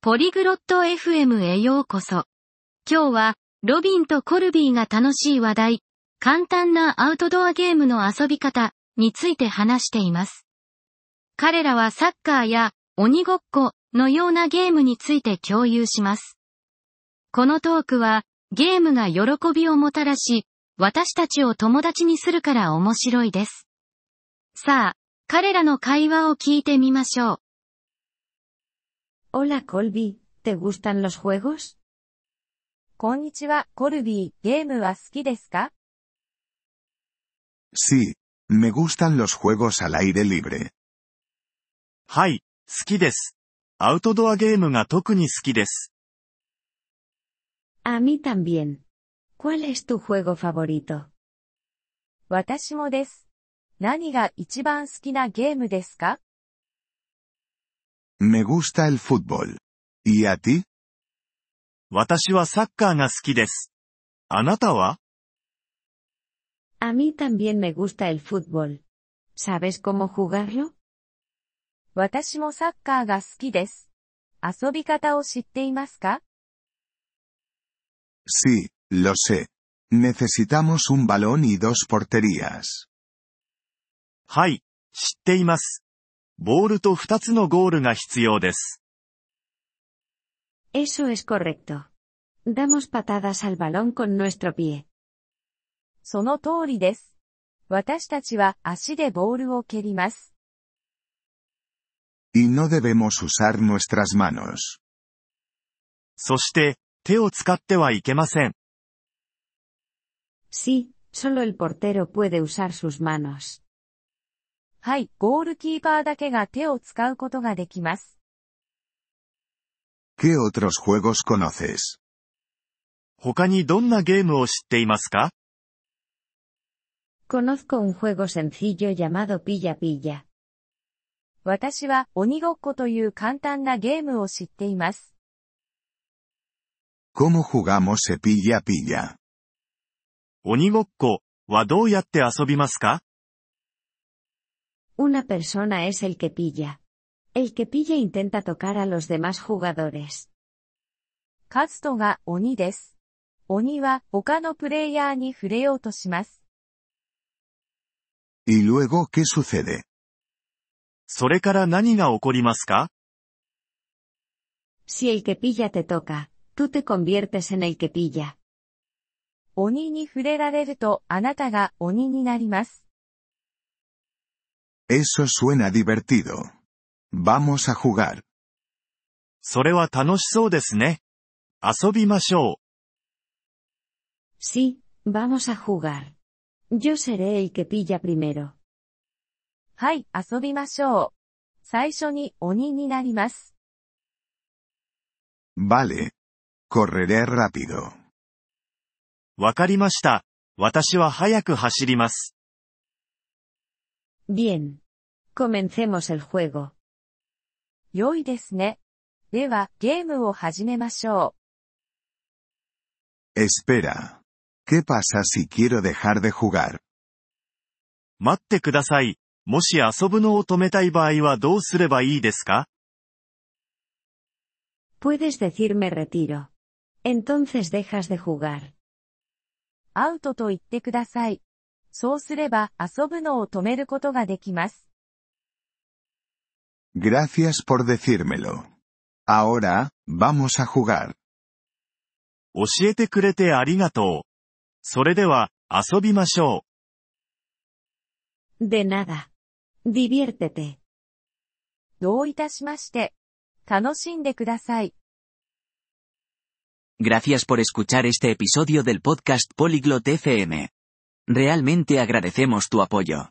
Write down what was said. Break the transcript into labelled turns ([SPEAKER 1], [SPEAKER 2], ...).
[SPEAKER 1] ポリグロット FM へようこそ。今日は、ロビンとコルビーが楽しい話題、簡単なアウトドアゲームの遊び方について話しています。彼らはサッカーや鬼ごっこのようなゲームについて共有します。このトークは、ゲームが喜びをもたらし、私たちを友達にするから面白いです。さあ、彼らの会話を聞いてみましょう。
[SPEAKER 2] Hola Colby, ¿te gustan los juegos?
[SPEAKER 3] こんにちは、コルビー。ゲームは好きですか
[SPEAKER 4] Sí, me gustan los juegos al aire libre.
[SPEAKER 5] はい、好きです。アウトドアゲームが特に好きです。
[SPEAKER 2] A mí también. ¿Cuál es tu juego favorito?
[SPEAKER 3] 私もです。何が一番好きなゲームですか
[SPEAKER 4] Me gusta el fútbol. ¿Y a ti?
[SPEAKER 5] 私はサッカーが好きです。あなたは
[SPEAKER 2] A mí también me gusta el fútbol. ¿Sabes cómo jugarlo?
[SPEAKER 3] 私もサッカーが好きです。遊び方を知っていますか
[SPEAKER 4] Sí, lo sé. Necesitamos un balón y dos porterías.
[SPEAKER 5] はい、知っています。ボールと2つのゴールが必要です。
[SPEAKER 2] Eso es correcto. Damos patadas al balón con nuestro pie.
[SPEAKER 3] その通りです。私たちは足でボールを蹴ります。
[SPEAKER 4] Y no debemos usar nuestras manos.
[SPEAKER 5] そして、手を使ってはいけません。
[SPEAKER 2] Sí, solo el portero puede usar sus manos.
[SPEAKER 3] はい、ゴールキーパーだけが手を使うことができます。
[SPEAKER 4] ¿Qué otros juegos conoces?
[SPEAKER 5] 他にどんなゲームを知っていますか
[SPEAKER 2] Conozco un juego sencillo llamado Pilla Pilla.
[SPEAKER 3] 私は鬼ごっこという簡単なゲームを知っています。
[SPEAKER 4] ¿Cómo jugamos se pilla pilla?
[SPEAKER 5] 鬼ごっこはどうやって遊びますか
[SPEAKER 2] Una persona es el que pilla. El que pilla intenta tocar a los demás jugadores.
[SPEAKER 3] カズトが鬼です。鬼は他のプレイヤーに触れようとします。
[SPEAKER 4] ¿Y luego qué sucede?
[SPEAKER 5] それから何が起こりますか
[SPEAKER 2] Si el que pilla te toca, tú te conviertes en el que pilla.
[SPEAKER 3] 鬼に触れられるとあなたが鬼になります。
[SPEAKER 4] Eso suena divertido. Vamos a jugar.
[SPEAKER 5] それは楽しそうですね。遊びましょ
[SPEAKER 2] Sí, vamos a jugar. Yo seré el que pilla primero.
[SPEAKER 3] はい、遊びましょう。最初に鬼になります。
[SPEAKER 4] Vale. Correré rápido.
[SPEAKER 5] う。わかりました。私は早く走ります。
[SPEAKER 2] Bien. Comencemos el juego.
[SPEAKER 3] 良いですね。では、ゲームを始めましょ
[SPEAKER 4] Espera. ¿Qué pasa si quiero dejar de jugar?
[SPEAKER 5] 待ってください。もし遊ぶのを止めたい場合はどうすればいいですか
[SPEAKER 2] Puedes decir me retiro. Entonces dejas de jugar.
[SPEAKER 3] う。アウトと言ってください。そうすれば、遊ぶのを止めることができます。
[SPEAKER 4] Gracias por decírmelo. Ahora, vamos a jugar.
[SPEAKER 5] 教えてくれてありがとう。それでは、遊びましょう。
[SPEAKER 2] De nada. Diviértete.
[SPEAKER 3] どういたしまして。楽しんでください。
[SPEAKER 6] Gracias por escuchar este episodio del podcast Polyglot FM. Realmente agradecemos tu apoyo.